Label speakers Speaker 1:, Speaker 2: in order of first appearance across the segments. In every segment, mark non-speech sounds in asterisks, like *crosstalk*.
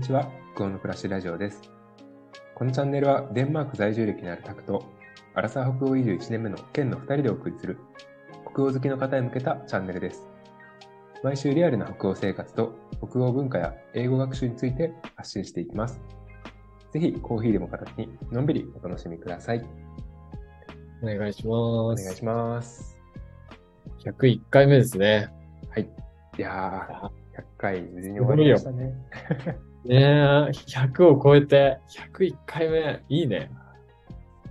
Speaker 1: ちは、北欧の暮らしラジオです。このチャンネルは、デンマーク在住歴のあるタクと、アラサー北欧移住1年目の県の2人でお送りする、北欧好きの方へ向けたチャンネルです。毎週リアルな北欧生活と、北欧文化や英語学習について発信していきます。ぜひ、コーヒーでも片手に、のんびりお楽しみください。
Speaker 2: お願いし
Speaker 1: お願
Speaker 2: ま
Speaker 1: い
Speaker 2: す。
Speaker 1: します。
Speaker 2: 101回目ですね。
Speaker 1: はい。いやー、100回無事に終わりましたね。
Speaker 2: ねえ、100を超えて、101回目、いいね。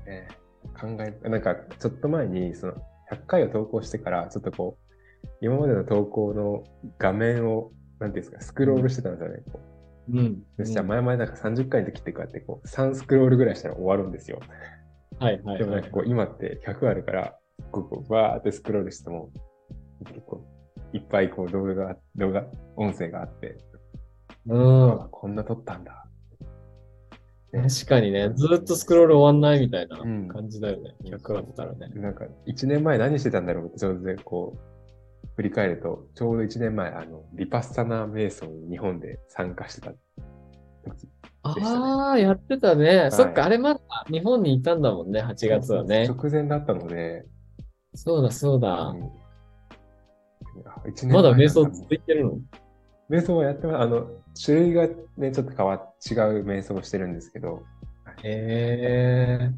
Speaker 1: ね、考え、なんかちょっと前にその100回を投稿してから、ちょっとこう、今までの投稿の画面を、なんていうんですか、スクロールしてたんですよね。こ
Speaker 2: うん。
Speaker 1: うそしたら前々なんか30回の時ってこうやってこう3スクロールぐらいしたら終わるんですよ。
Speaker 2: はいはい
Speaker 1: でも
Speaker 2: は
Speaker 1: ないんかこう今って100あるから、こうこうバーってスクロールしても、結構いっぱいこう動画が、動画、音声があって、
Speaker 2: うん。
Speaker 1: あこんな撮ったんだ。
Speaker 2: 確かにね、ずっとスクロール終わんないみたいな
Speaker 1: うん
Speaker 2: 感じだよね。100あったらね。
Speaker 1: なんか、1年前何してたんだろうって、ちょうどこう、振り返ると、ちょうど1年前、あの、リパッサナー瞑想に日本で参加してた時。したね
Speaker 2: ああ、やってたね。
Speaker 1: い
Speaker 2: そっか、あれまだ日本にいたんだもんね、8月はね。
Speaker 1: 直前だったので、
Speaker 2: そうだそうだ
Speaker 1: う。んあ1年前
Speaker 2: まだ瞑想
Speaker 1: なん
Speaker 2: 続いてるの
Speaker 1: 瞑想はやってます。あの、種類がね、ちょっと変わっ、違う瞑想をしてるんですけど、
Speaker 2: へ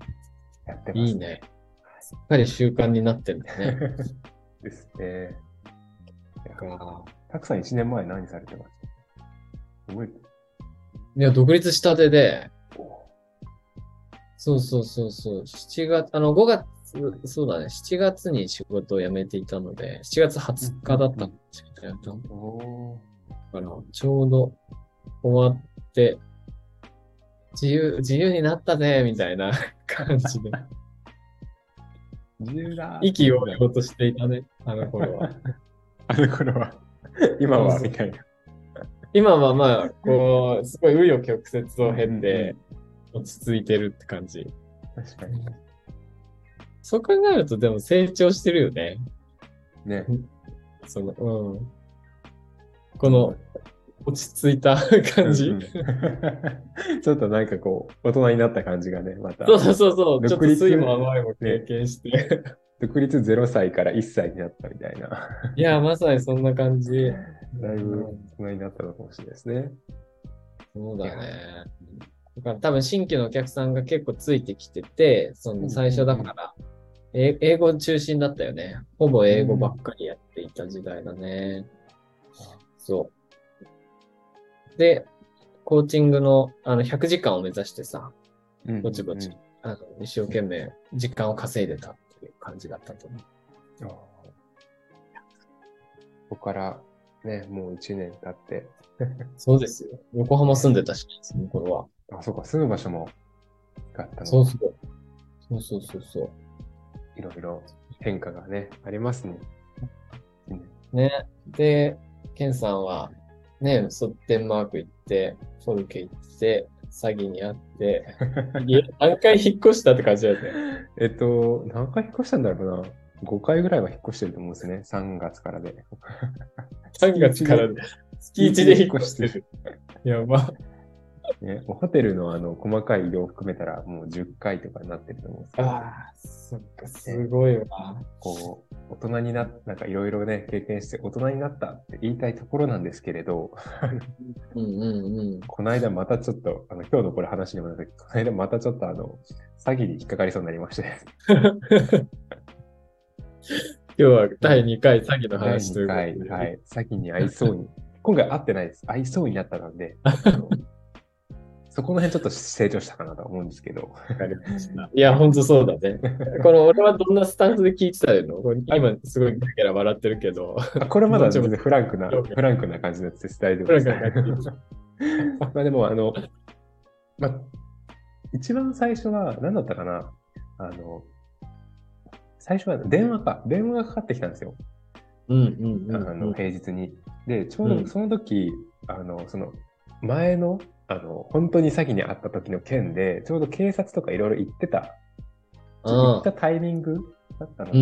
Speaker 1: やってま
Speaker 2: え、
Speaker 1: す。
Speaker 2: いいね。すっかり習慣になってるんだね。
Speaker 1: *laughs* ですね。いやたくさん1年前何されてました覚えて
Speaker 2: いや、独立したてで、
Speaker 1: る
Speaker 2: そうそうそうそう。7月、あの、5月、そうだね。7月に仕事を辞めていたので、7月20日だったんですけど、だ
Speaker 1: お
Speaker 2: から、ちょうど終わって、自由、自由になったね、みたいな *laughs* 感じで、
Speaker 1: ー自由だー
Speaker 2: 息を揚々としていたね、あの頃は。
Speaker 1: あの頃は、 *laughs* 今は、
Speaker 2: そうそう
Speaker 1: みたいな。
Speaker 2: 今はまあ、こう、すごい紆余曲折を経
Speaker 1: うん
Speaker 2: て
Speaker 1: う、
Speaker 2: 落ち着いてるって感じ。
Speaker 1: 確かに。
Speaker 2: そう考えると、でも成長してるよね。
Speaker 1: ね。
Speaker 2: その、うん。この、落ち着いた感じ。
Speaker 1: うんうん *laughs* ちょっとなんかこう、大人になった感じがね、また。
Speaker 2: そうそうそうそう、ちょ
Speaker 1: 独
Speaker 2: っと
Speaker 1: 立
Speaker 2: 酸いも甘いも経験して。
Speaker 1: 独立0歳から1歳になったみたいな。 *laughs*
Speaker 2: いや、まさにそんな感じ。
Speaker 1: だいぶ大人になったのかもしれないですね。
Speaker 2: そうだね。だから多分新規のお客さんが結構ついてきてて、その最初だから、え英語中心だったよね。ほぼ英語ばっかりやっていた時代だね。そう。で、コーチングのあの100時間を目指してさ、
Speaker 1: うん
Speaker 2: ぼちぼち。あの一生懸命時間を稼いでたっていう感じだったと思う。
Speaker 1: うんあーここから、ね、もう1年経って。
Speaker 2: そうですよ。横浜住んでたし、その頃は。
Speaker 1: あ、そうか、住む場所も変わったの。
Speaker 2: そうそう。そうそうそうそう。
Speaker 1: いろいろ変化がね、ありますね。
Speaker 2: で、ケンさんは、ね、そデンマーク行って、フォルケ行って、詐欺にあって、い *laughs* や何回引っ越したって感じだよね。
Speaker 1: えっと、何回引っ越したんだろうな。5回ぐらいは引っ越してると思うんですね。3月からで。
Speaker 2: 3月からね、月1で引っ越してる。やば。
Speaker 1: ね、もうホテルのあの細かい移動を含めたらもう10回とかになってると思うんですけど、
Speaker 2: ああ、そっか、すごいわ。
Speaker 1: こう、大人にな、なんかいろいろね、経験して大人になったって言いたいところなんですけれど、
Speaker 2: うんうんうん。
Speaker 1: この間またちょっと、あの、今日のこれ話にもなったけど、この間またちょっとあの、詐欺に引っかかりそうになりましてですね。
Speaker 2: 今日は第2回詐欺の
Speaker 1: 第
Speaker 2: 話という
Speaker 1: 2
Speaker 2: こと
Speaker 1: 回、
Speaker 2: で。
Speaker 1: はい、詐欺に合いそうに、今回会ってないです。合いそうになったの
Speaker 2: *laughs*
Speaker 1: で、あのそこの辺ちょっと成長したかなと思うんですけど、
Speaker 2: わかりました。いや、ほんとそうだ
Speaker 1: *laughs*
Speaker 2: ね。この俺はどんなスタンスで聞いてたのこれ今すごいゲラゲラ笑ってるけど。
Speaker 1: あこれまだ全然フランクな、
Speaker 2: もちろん
Speaker 1: フランクな感じのやつです。大丈夫です。
Speaker 2: フ *laughs* ランクな感じ
Speaker 1: *laughs* まあでも、あの、まあ、一番最初は何だったかなあの、最初は電話か、電話がかかってきたんですよ。
Speaker 2: うんうんうん、
Speaker 1: あの平日に。で、ちょうどその時、あの、その、前の、あの、本当に詐欺にあった時の件で、ちょうど警察とかいろいろ行ってた、行ったタイミングだったので、
Speaker 2: う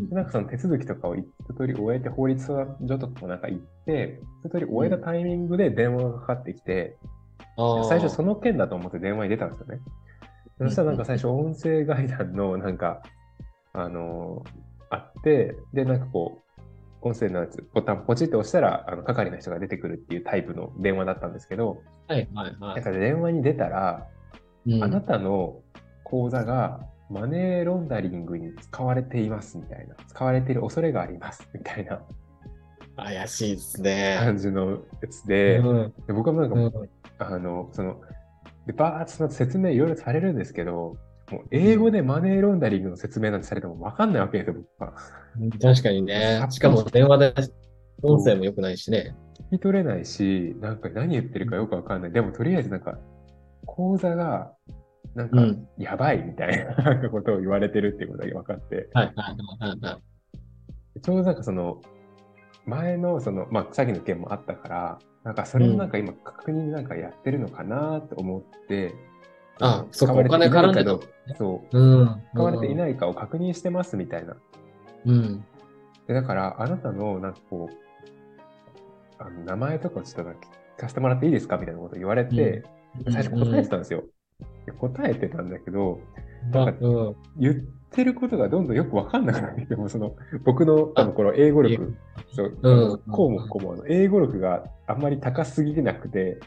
Speaker 2: ん
Speaker 1: でなんかその手続きとかを一通り終えて、法律相談所とかもなんか行って、一通り終えたタイミングで電話がかかってきて、
Speaker 2: あー
Speaker 1: 最初その件だと思って電話に出たんですよね。
Speaker 2: うん
Speaker 1: そしたらなんか最初音声ガイダンのなんか、あのーあって、で、なんかこう、音声のやつ、ボタンポチって押したら、あの、係の人が出てくるっていうタイプの電話だったんですけど、
Speaker 2: はいはいは
Speaker 1: なん
Speaker 2: い。
Speaker 1: か電話に出たら、
Speaker 2: うん
Speaker 1: あなたの口座がマネーロンダリングに使われていますみたいな、使われている恐れがあります *laughs* みたいな
Speaker 2: 怪しいですね。
Speaker 1: 感じのやつで、
Speaker 2: うん
Speaker 1: で僕はなんか
Speaker 2: う
Speaker 1: も
Speaker 2: ん
Speaker 1: う、あの、その、でバーッとその説明いろいろされるんですけど、もう英語でマネーロンダリングの説明なんてされても分かんないわけですよ、僕は。
Speaker 2: 確かにね。しかも電話だし、音声も良くないしね。
Speaker 1: 聞き取れないし、なんか何言ってるかよく分かんない。でもとりあえずなんか、口座が、なんか
Speaker 2: うん、
Speaker 1: やばいみたいななんかことを言われてるっていうことだけ分かって、
Speaker 2: はいはいはいはい。
Speaker 1: ちょうどなんかその、前のその、まあ、詐欺の件もあったから、なんかそれをなんか今確認なんかやってるのかなと思って、
Speaker 2: あそっ
Speaker 1: 使
Speaker 2: か
Speaker 1: われていない
Speaker 2: お金絡んでた
Speaker 1: ど
Speaker 2: もんね
Speaker 1: そう、
Speaker 2: うん。
Speaker 1: 使われてい
Speaker 2: い。
Speaker 1: ないかを確認してますみたいな。
Speaker 2: うん。
Speaker 1: でだから、あなたの、なんかこう、あの名前とかをちょっとなんか聞かせてもらっていいですかみたいなこと言われて、最初答えてたんですよ。で答えてたんだけど、
Speaker 2: うんあうん
Speaker 1: 言ってることがどんどんよくわかんなくなってきて、もうその、僕の多分この英語力、そう、あの
Speaker 2: うん
Speaker 1: こうもこうもあの、英語力があんまり高すぎてなくて、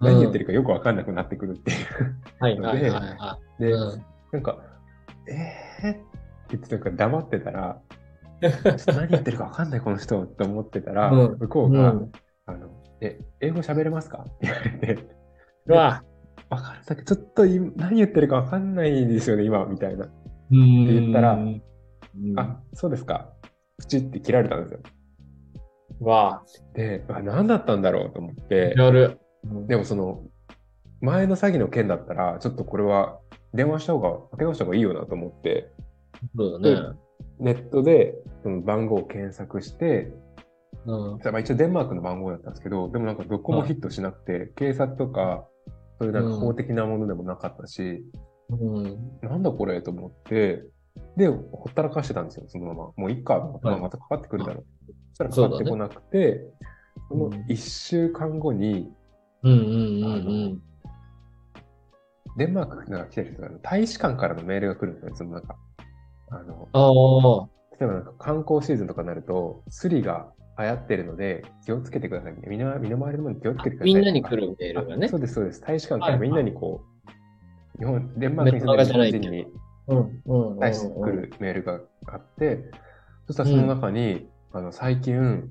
Speaker 1: 何言ってるかよくわかんなくなってくるっていう。
Speaker 2: はいはいはいは
Speaker 1: で、
Speaker 2: い。うん
Speaker 1: なんか、えーって言ってなんか黙ってたら、ちょっと何言ってるか分かんないこの人と思ってたら、
Speaker 2: うん
Speaker 1: 向こうが、あの、え、英語喋れますかって言われて、
Speaker 2: うわ
Speaker 1: 分かるだけちょっと今何言ってるか分かんないですよね、今、みたいな。
Speaker 2: うん
Speaker 1: って言ったら
Speaker 2: うん
Speaker 1: あ、そうですか。プチって切られたんですよ。
Speaker 2: わ
Speaker 1: で、あ何だったんだろうと思って、
Speaker 2: やる。
Speaker 1: でもその、前の詐欺の件だったら、ちょっとこれは電話した方が、かけ直した方がいいよなと思って、
Speaker 2: そうだね。
Speaker 1: ネットでその番号を検索して、
Speaker 2: うん。
Speaker 1: まあ、一応デンマークの番号だったんですけど、でもなんかどこもヒットしなくて、警察とか、そういうなんか法的なものでもなかったし、
Speaker 2: うん。
Speaker 1: なんだこれと思って、で、ほったらかしてたんですよ、そのまま。もういっかと思って、
Speaker 2: はい
Speaker 1: まあまたかかってくるだろう。そしたら
Speaker 2: そ
Speaker 1: か
Speaker 2: う
Speaker 1: かっ
Speaker 2: だね
Speaker 1: てこなくて、その
Speaker 2: うん
Speaker 1: 1週間後に、
Speaker 2: うんうんうん
Speaker 1: デンマークから来てる人が大使館からのメールが来るんですよね、そのなんか。あの、
Speaker 2: うん。ああ。
Speaker 1: 例えばなんか観光シーズンとかになると、スリが流行ってるので、気をつけてくださいね。身の身の回りのものに気をつけてくださいと
Speaker 2: み
Speaker 1: か
Speaker 2: んなに来るメールが
Speaker 1: あ
Speaker 2: ね
Speaker 1: そ。うです、そうです。大使館か
Speaker 2: は
Speaker 1: ら
Speaker 2: いはい
Speaker 1: みんなにこう、日本、デンマークに住んでる日本人に
Speaker 2: うんうん。
Speaker 1: 対してくるメールがあって、そしたらその中に、あの、最近、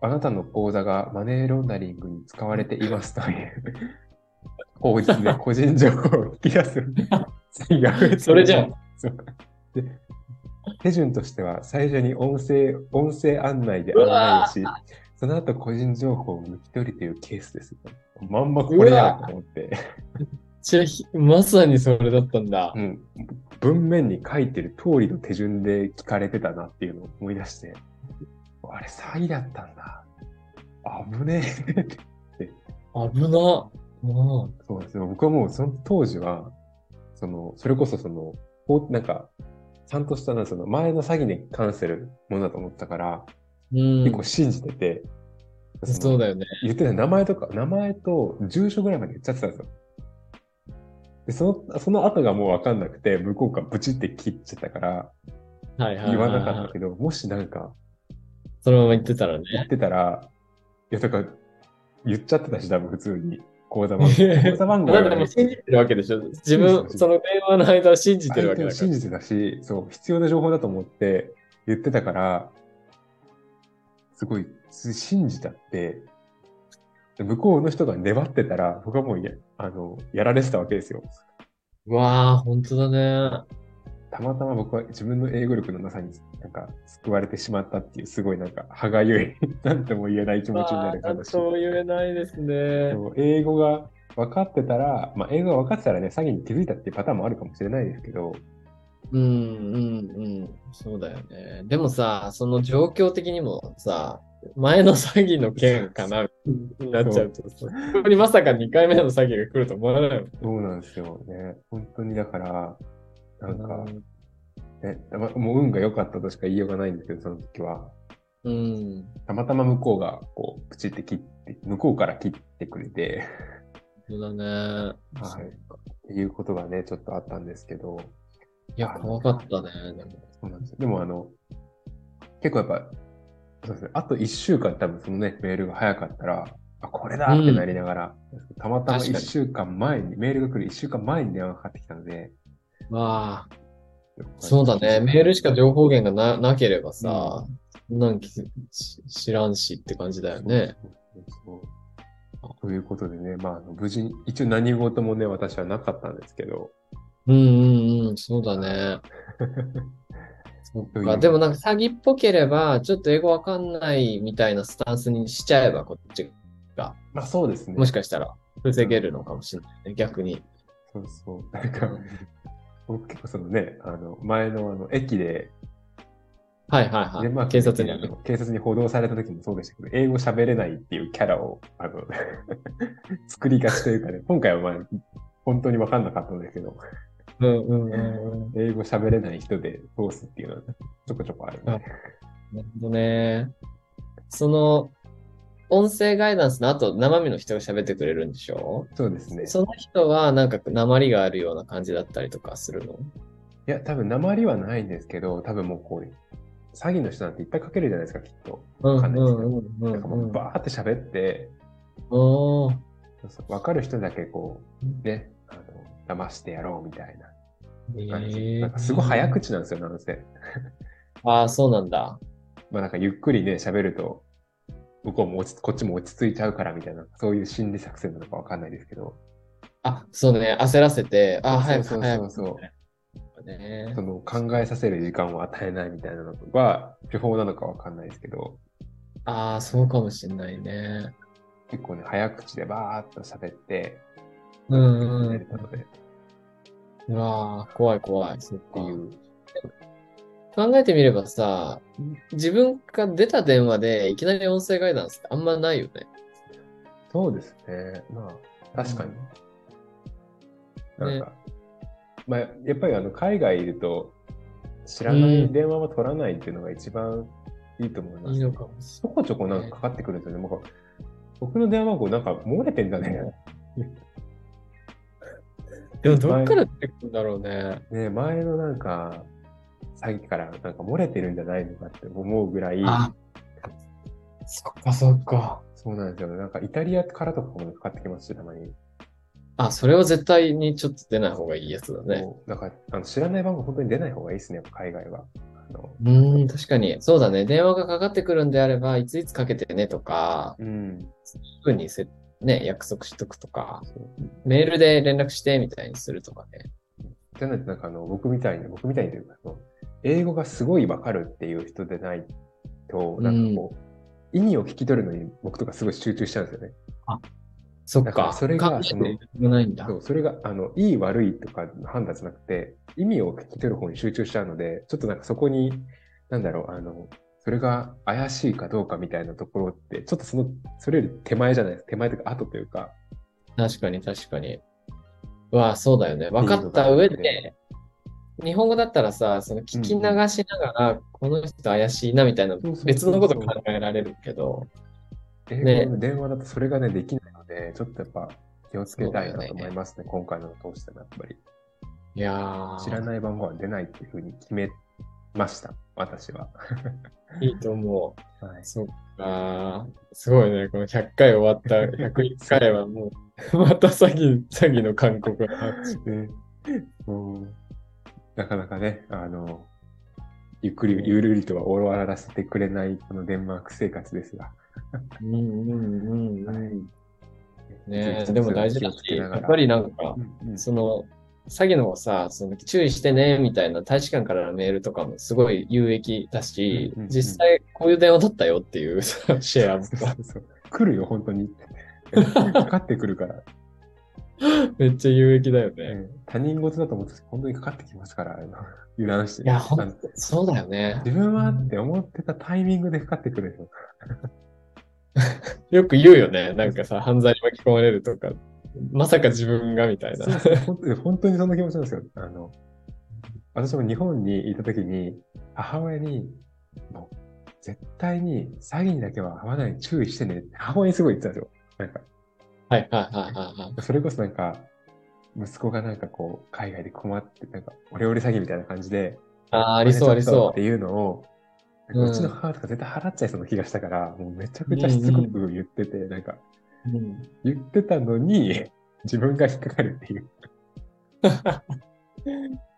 Speaker 1: あなたの口座がマネーロンダリングに使われていますという、法律
Speaker 2: *laughs*
Speaker 1: で個人情報を引き出す詐欺が増えている
Speaker 2: それじゃん。
Speaker 1: そうで手順としては、最初に音声、音声案内で案内をし、その後個人情報を抜き取りというケースです。まんまこれやと思って、
Speaker 2: ちらひまさにそれだったんだ
Speaker 1: う。ん、文面に書いてる通りの手順で聞かれてたなっていうのを思い出して、あれ詐欺だったんだ。危ねえ。 *laughs*
Speaker 2: 危な。うん。
Speaker 1: そうなんですよ。僕はもうその当時は、その、それこそその、ほなんか、ちゃんとしたな、その前の詐欺に関するものだと思ったから、
Speaker 2: うん
Speaker 1: 結構信じてて、の
Speaker 2: そうだよね。
Speaker 1: 言ってた名前とか、名前と住所ぐらいまで言っちゃってたんですよ。で、その、その後がもうわかんなくて、向こうがブチって切っちゃったから、
Speaker 2: はいはいはい。
Speaker 1: 言わなかったけど、もしなんか
Speaker 2: そのまま言ってたらね。
Speaker 1: 言ってたら、いや、だから、言っちゃってたし、多分普通に。口座番号。口座番号
Speaker 2: だって *laughs* もう信じてるわけでしょ。自分、その電話の間を信じてる
Speaker 1: 相
Speaker 2: わけ
Speaker 1: 手を
Speaker 2: だから
Speaker 1: 信。じてたし、そう、必要な情報だと思って言ってたから、すごい、す信じちゃって、で向こうの人が粘ってたら、僕はもうや、あの、やられてたわけですよ。
Speaker 2: うわあ、本当だね。
Speaker 1: たまたま僕は自分の英語力のなさに、なんか、救われてしまったっていう、すごいなんか、歯がゆい、 *laughs* なんとも言えない気持ちになる
Speaker 2: あ
Speaker 1: 悲
Speaker 2: あ、
Speaker 1: しい
Speaker 2: そう言えないですね。
Speaker 1: そう英語が分かってたら、まあ、英語が分かってたらね、詐欺に気づいたっていうパターンもあるかもしれないですけど、
Speaker 2: うんうんうん。そうだよね。でもさ、その状況的にもさ、前の詐欺の件かな、になっちゃうと、そこにまさか2回目の詐欺が来ると思わないもん。
Speaker 1: そうなんですよね。本当にだから、なんか、ね、たまもう運が良かったとしか言いようがないんですけど、その時は。
Speaker 2: うん。
Speaker 1: たまたま向こうが、こう、プチって切って、向こうから切ってくれて、
Speaker 2: そうだね。
Speaker 1: はい
Speaker 2: い。
Speaker 1: っていうことがね、ちょっとあったんですけど、
Speaker 2: いや、怖かったね。でも
Speaker 1: そうなんですよ。でもあの、結構やっぱ、そうですね、あと1週間多分そのね、メールが早かったら、あ、これだ
Speaker 2: うん
Speaker 1: ってなりながら、たまたま
Speaker 2: 確
Speaker 1: 1
Speaker 2: かに
Speaker 1: 週間前に、メールが来る1週間前に電話がかかってきたので、
Speaker 2: まあ、そうだね。メールしか情報源がななければさ、そんなんきし知らんしって感じだよね。
Speaker 1: そうそうそう。ということでね、まあ、あの無事に、一応何事もね、私はなかったんですけど、
Speaker 2: うんうんうん、そうだね。そっか。でもなんか詐欺っぽければ、ちょっと英語わかんないみたいなスタンスにしちゃえば、こっちが。
Speaker 1: まあそうですね。
Speaker 2: もしかしたら、防げるのかもしれないね、逆に。
Speaker 1: そうそう。なんか、僕結構そのね、あの、前のあの、駅で、
Speaker 2: はいはい
Speaker 1: デンマーク
Speaker 2: はい。警察に
Speaker 1: の
Speaker 2: は
Speaker 1: 駅で
Speaker 2: ね
Speaker 1: あの警察に報道された時もそうでしたけど、英語喋れないっていうキャラを、あの、 *laughs* 作りがちというかね、今回はまあ、本当に分かんなかったんですけど、
Speaker 2: うんうんうんうん。
Speaker 1: 英語喋れない人で通すっていうのはちょこちょこあるね、
Speaker 2: なるほどね。その、音声ガイダンスの後、生身の人が喋ってくれるんでしょ
Speaker 1: そうですね。
Speaker 2: その人は、なんか、鉛があるような感じだったりとかするの
Speaker 1: いや、多分、鉛はないんですけど、多分もうこう、詐欺の人なんていっぱいかけるじゃないですか、きっと。
Speaker 2: うん
Speaker 1: わ
Speaker 2: う
Speaker 1: かんないです
Speaker 2: ん
Speaker 1: け
Speaker 2: う
Speaker 1: ど
Speaker 2: んうん
Speaker 1: なんかもう、
Speaker 2: うん。
Speaker 1: バーって喋って、
Speaker 2: おー
Speaker 1: そうそう分かる人だけこう、ね、あの騙してやろうみたいな感じで、
Speaker 2: え
Speaker 1: なんかすごい早口なんですよ、なんせ。
Speaker 2: ああ、そうなんだ。
Speaker 1: まあなんかゆっくりね、喋ると、向こうも落ち、こっちも落ち着いちゃうからみたいな、そういう心理作戦なのかわかんないですけど、
Speaker 2: あ、そうね。焦らせて、ああ、
Speaker 1: そう
Speaker 2: 早く
Speaker 1: そう
Speaker 2: 早
Speaker 1: そうそう
Speaker 2: く。ね
Speaker 1: その考えさせる時間を与えないみたいなのは、手法なのかわかんないですけど、
Speaker 2: ああ、そうかもしれないね。
Speaker 1: 結構ね、早口でバーっと喋って、
Speaker 2: うんう
Speaker 1: やれ
Speaker 2: ん
Speaker 1: たので、っ
Speaker 2: うん。うわあ、怖い怖い。そって
Speaker 1: いう。
Speaker 2: 考えてみればさ、自分が出た電話でいきなり音声ガイダンスってあんまないよね。
Speaker 1: そうですね。まあ、確かに。
Speaker 2: うん
Speaker 1: なんか、まあ、やっぱりあの海外いると、知らない電話は取らないっていうのが一番いいと思います。
Speaker 2: いいのかもし
Speaker 1: ちょこちょこなんかかかってくるんですよね。僕僕の電話番号なんか漏れてんだね。
Speaker 2: れない。でもどっから出てくるんだろうね。
Speaker 1: ね前のなんか、詐欺からなんか漏れてるんじゃないのかって思うぐらい、
Speaker 2: あ、そっかそっか。
Speaker 1: そうなんですよね。なんかイタリアからとかもかかってきますし、たまに。
Speaker 2: あ、それは絶対にちょっと出ない方がいいやつだね。
Speaker 1: こうなんかあの知らない番号本当に出ない方がいいですね、やっぱ海外は。あの
Speaker 2: うーん、確かに。そうだね。電話がかかってくるんであれば、いついつかけてねとか、
Speaker 1: うん。
Speaker 2: すぐにせ、ね、約束しとくとか、
Speaker 1: そう
Speaker 2: メールで連絡してみたいにするとかね。
Speaker 1: じゃないと、なんかあの、僕みたいに、僕みたいにというか、その英語がすごいわかるっていう人でないと、なんかこう、意味を聞き取るのに僕とかすごい集中しちゃうんですよね。
Speaker 2: そっ
Speaker 1: だから
Speaker 2: か。
Speaker 1: それが
Speaker 2: 考え
Speaker 1: そ
Speaker 2: て
Speaker 1: の
Speaker 2: 連絡がないんだ
Speaker 1: そ。うそれが、あの、いい悪いとかの判断じゃなくて、意味を聞き取る方に集中しちゃうので、ちょっとなんかそこに、なんだろう、あの、それが怪しいかどうかみたいなところって、ちょっとその、それより手前じゃないですか。手前というか、後というか、
Speaker 2: 確かに確かに。うわあ、そうだよね。分かった上で、日本語だったらさ、その聞き流しながら、この人怪しいなみたいな
Speaker 1: そうそうそう、
Speaker 2: 別のこと考えられるけど、
Speaker 1: 英語の電話だとそれがね、できないので、ちょっとやっぱ気をつけたいなと思いますね、今回のを通してもやっぱり。
Speaker 2: いやー
Speaker 1: 知らない番号は出ないっていうふうに決めました、私は。
Speaker 2: いいと思う。
Speaker 1: はい、
Speaker 2: そっか。すごいね。この100回終わった101回はもう、 *laughs* また詐欺、詐欺の勧告が
Speaker 1: ねうんなかなかね、あの、ゆっくり、ゆるりとは終わらせてくれないこのデンマーク生活ですが。
Speaker 2: うんうんうんうん。ね
Speaker 1: ぜ
Speaker 2: え、
Speaker 1: ひ
Speaker 2: でも大事だし
Speaker 1: 気をつ、けなが
Speaker 2: や
Speaker 1: ら
Speaker 2: っぱりなんか、
Speaker 1: うんうん
Speaker 2: その、詐欺の方さ、その注意してね、みたいな大使館からのメールとかもすごい有益だし、
Speaker 1: うんうんうん
Speaker 2: 実際こういう電話だったよっていう *laughs* さシェアも
Speaker 1: そうそうそう来るよ、本当
Speaker 2: *laughs*
Speaker 1: に。かかってくるから。
Speaker 2: めっちゃ有益だよね。
Speaker 1: ね他人事だと思ってたし本当にかかってきますから、あの油断して。
Speaker 2: いや、ほんと、そうだよね。
Speaker 1: 自分はって思ってたタイミングでかかってくるんですよ。
Speaker 2: よく言うよね。なんかさ、犯罪に巻き込まれるとか、まさか自分がみたいな。
Speaker 1: そうそう本当に本当にそんな気持ちなんですよ。あの、私も日本にいた時に、母親に、もう、絶対に詐欺にだけは合わない注意してねって母親にすごい言ってたんですよ。なんか、
Speaker 2: はいはいはいはいはい。
Speaker 1: それこそなんか、息子がなんかこう、海外で困って、なんか、オレオレ詐欺みたいな感じで、
Speaker 2: あーありそうあり
Speaker 1: お金ちょっとっ
Speaker 2: そ
Speaker 1: ていうのを、なん
Speaker 2: うん
Speaker 1: かうちの母とか絶対払っちゃいそうな気がしたから、もうめちゃくちゃしつこく言ってて、なんか、
Speaker 2: う。うん
Speaker 1: 言ってたのに、自分が引っかかるっていう。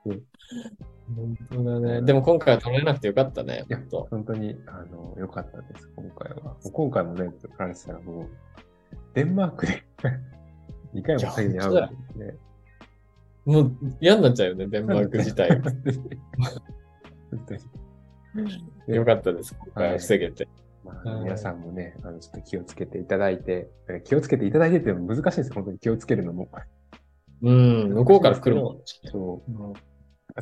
Speaker 2: 本当だね。でも今回は取られなくてよかったね。
Speaker 1: いや
Speaker 2: 本当。
Speaker 1: 本当に、あの、良かったです、今回は。もう今回もね、カラスさんもう、デンマークで、2回も詐欺に遭うんですね。
Speaker 2: もう嫌になっちゃうよね、デンマーク自体が。
Speaker 1: 本当にね
Speaker 2: よかったです、今回は防げて。
Speaker 1: まあ、
Speaker 2: はい
Speaker 1: 皆さんもね、あの、ちょっと気をつけていただいて、気をつけていただいてっていうのも難しいです、本当に気をつけるのも。
Speaker 2: うん、向こうから来るもん。
Speaker 1: そう。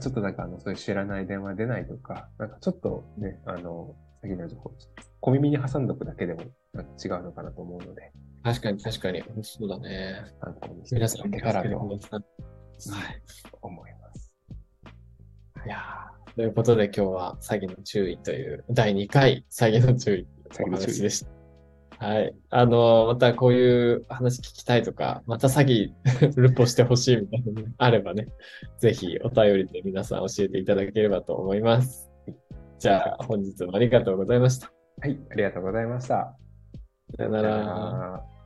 Speaker 1: ちょっとなんか、あの、そういう知らない電話出ないとか、なんかちょっとね、あの、詐欺の情報、小耳に挟んどくだけでも、なんか違うのかなと思うので、
Speaker 2: 確かに確かに。そうだね。
Speaker 1: 参考にしていただ
Speaker 2: 皆さん
Speaker 1: け
Speaker 2: も
Speaker 1: れば
Speaker 2: カラー
Speaker 1: と
Speaker 2: で
Speaker 1: 思
Speaker 2: 思ってた。はい
Speaker 1: ます。
Speaker 2: い。いやーということで今日は詐欺の注意という、第2回詐欺の注意
Speaker 1: 詐欺
Speaker 2: お
Speaker 1: の注
Speaker 2: 話
Speaker 1: 意
Speaker 2: でした。はい。あの、またこういう話聞きたいとか、また詐欺 *laughs* ルポしてほしいみたいなのがあればね、ぜひお便りで皆さん教えていただければと思います。じゃあ、本日もありがとうございました。
Speaker 1: はい、ありがとうございました。
Speaker 2: さよな
Speaker 1: さよ
Speaker 2: ら。
Speaker 1: なら